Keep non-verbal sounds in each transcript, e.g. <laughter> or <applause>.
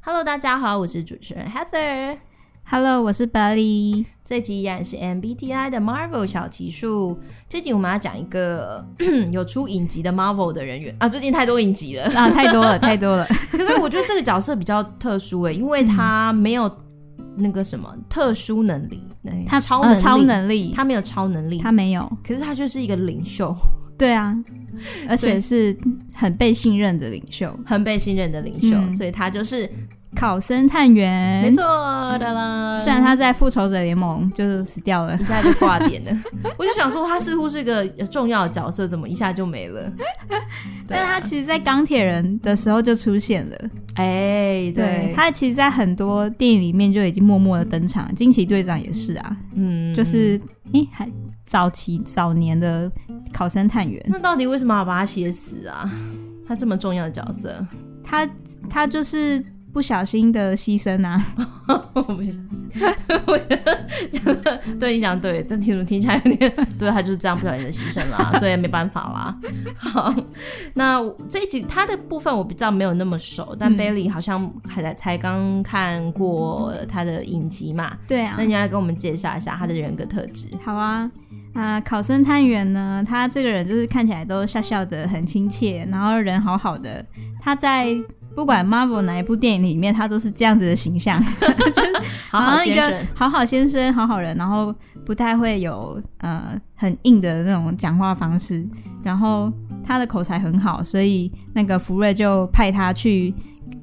Hello，大家好，我是主持人 Heather。 Hello，我是 Belly。这集依然是 MBTI 的 Marvel 小奇数。这集我们要讲一个 <clears throat> 有出影集的 Marvel 的人员啊，最近太多影集了。啊，太多 <laughs> 了，太多了。可是我觉得这个角色比较特殊欸诶，因为他没有那个什么特殊能力，那他超呃能力，超能力，嗯他没有超能力，他没有。可是他就是一个领 <laughs> 袖，对啊，而且是很被信任的领袖，很被信任的领袖，嗯所以他就是考生探员。没，错的啦。虽然他在复仇者联盟就是死掉了一，下就挂点了，我就想说他似乎是个呃重要的角色，怎么一下就没了？ <laughs> 对但啊他其实，在钢铁人的时候就出现了。哎，对，他其实，在很多电影里面就已经默默的登场，惊奇队长也是啊，嗯就是诶、还早期早年的考生探员。嗯那到底为什么要把他写死啊？他这么重要的角色， <laughs> 他他就是不小心的牺牲啊，我不相信。我觉得讲得对你讲得对，但你怎么听起来有点对？他就是这样不小心的牺牲 <laughs> 啦，所以没办法啦。好，那这一集他的部分我比较没有那么熟，但嗯 Bailey 好像还在才刚看过他的影集嘛。对啊那，你要跟我们介绍一下他的人格特质？好啊。啊、考生探员呢，他这个人就是看起来都笑笑的，很亲切，然后人好好的。他在不管 Marvel 哪一部电影里面，他都是这样子的形象，好好像一先个生，好好先生、好好人，然后不太会有呃很硬的那种讲话方式。然后他的口才很好，所以那个福瑞就派他去，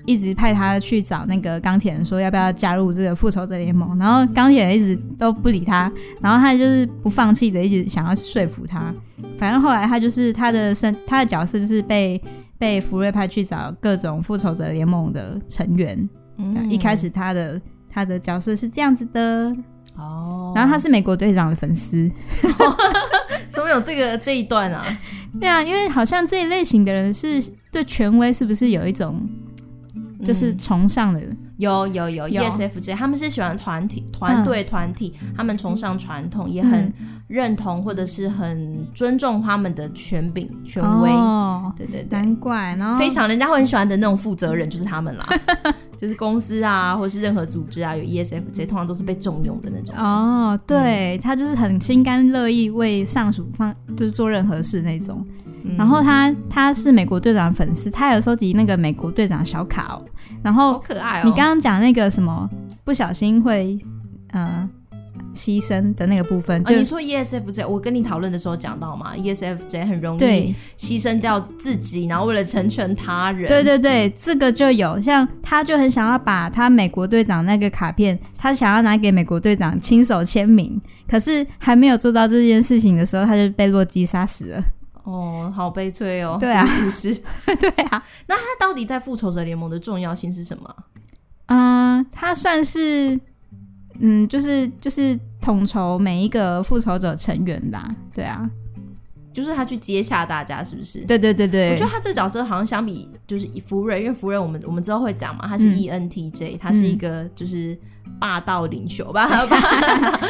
一直派他去找那个钢铁人说要不要加入这个复仇者联盟。然后钢铁人一直都不理他，然后他就是不放弃的，一直想要说服他。反正后来他就是他的身，他的角色就是被。被福瑞派去找各种复仇者联盟的成员，嗯一开始他的他的角色是这样子的，哦，然后他是美国队长的粉丝。怎么有这个这一段啊？对啊，因为好像这一类型的人是对权威是不是有一种就是嗯崇尚的？有有有 E 有 ESFJ，他们是喜欢团体、团队、团体，他们崇尚传统，也很嗯认同或者是很尊重他们的权柄、权威。哦，对对对，难怪。然后非常人家会很喜欢的那种负责人就是他们 <laughs> 啦，就是公司啊，或是任何组织啊，有 ESFJ 通常都是被重用的那种。哦，嗯对他就是很心甘乐意为上属方就是做任何事那种。嗯然后他他是美国队长的粉丝，他有收集那个美国队长小卡哦。然后好可爱哦，你刚刚讲那个什么不小心会呃牺牲的那个部分，啊、就、你说 ESFJ，我跟你讨论的时候讲到嘛，ESFJ ，E 很容易对牺牲掉自己，然后为了成全他人。对对对，这个就有，像他就很想要把他美国队长那个卡片，他想要拿给美国队长亲手签名，可是还没有做到这件事情的时候，他就被洛基杀死了。 <laughs> 哦，好悲催哦，对啊这个故事。对啊，他到底在复仇者联盟的重要性是什么啊？嗯、他算是嗯，就是就是统筹每一个复仇者成员吧。对啊，就是他去接洽大家，是不是？对对对对，我觉得他这角色好像相比就是以福瑞，因为福瑞我们我们之后会讲嘛，他是 E 嗯 ENTJ，、他是一个就是霸道领袖吧，霸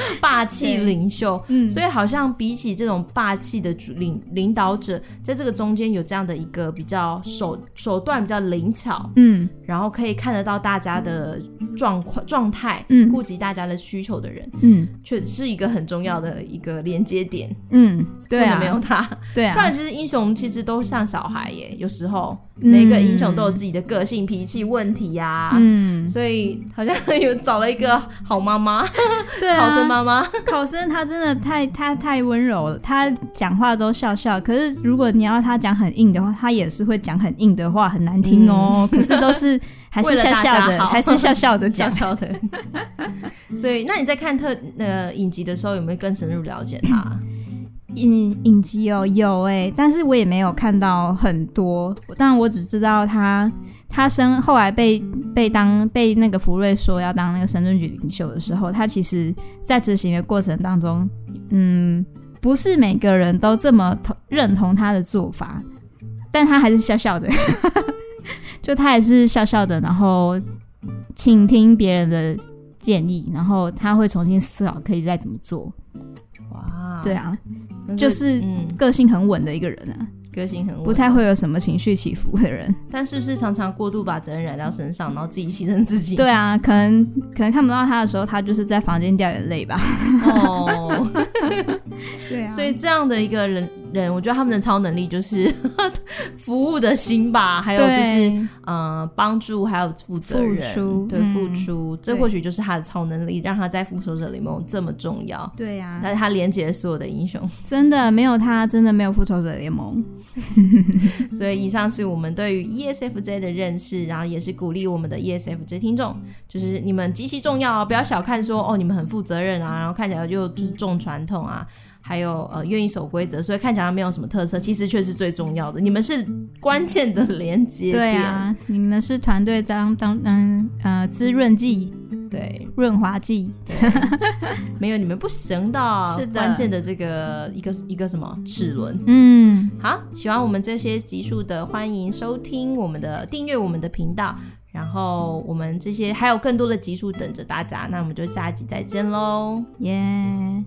<laughs> 霸气领 <laughs> 袖。嗯，所以好像比起这种霸气的主领领导者，在这个中间有这样的一个比较手手段比较灵巧，嗯然后可以看得到大家的状况状态，嗯顾及大家的需求的人，嗯确实是一个很重要的一个连接点。嗯，对不能没有啊，他，对不啊，然其实英雄其实都像小孩耶，有时候嗯每个英雄都有自己的个性、脾气问题呀、嗯，所以好像 <laughs> 有找了一个好妈妈，对啊，好生妈妈， <laughs> 考生他真的太他太温柔了，他讲话都笑笑。可是如果你要他讲很硬的话，他也是会讲很硬的话，很难听哦。可是都是还是嗯笑笑为了大家的，好还是笑笑的小讲。小的。 <laughs> 所以，那你在看特呃影集的时候，有没有更深入了解他？影影集哦，有哎、但是我也没有看到很多，但我只知道他他升后来被被当被那个福瑞说要当那个神盾局领袖的时候，他其实在执行的过程当中，嗯，不是每个人都这么同认同他的做法，但他还是笑笑的， <laughs> 就他还是笑笑的，然后倾听别人的建议，然后他会重新思考可以再怎么做。哇，对，啊，那就是嗯，个性很稳的一个人啊。个性很稳不太会有什么情绪起伏的人。但是不是常常过度把责任揽到身上，然后自己牺牲自己？对啊，可能可能看不到他的时候，他就是在房间掉眼泪吧。哦，对啊所以这样的一个人人，我觉得他们的超能力就是 <laughs> 服务的心吧，还有就是呃帮助，还有负责付任，出对嗯付出，这对或许就是他的超能力，让他在复仇者联盟这么重要。对呀、但是他连接了所有的英 <laughs> 雄，真的没有他，真的没有复仇者联盟。所以以上是我们对于 E ESFJ 的认识，然后也是鼓励我们的 E ESFJ 听众，就是你们极其重要啊，不要小看说哦你们很负责任啊，然后看起来就就是重传统啊，还有呃愿意守规则，所以看起来没有什么特色，其实却是最重要的，你们是关键的连接对点，啊，你们是团队当当嗯呃滋润剂、对润滑剂。没有你们不行的，是的关键的这个一个一个什么齿轮。嗯，好，喜欢我们这些集数的，欢迎收听我们的订阅我们的频道，然后我们这些还有更多的集数等着大家，那我们就下一集再见喽。耶、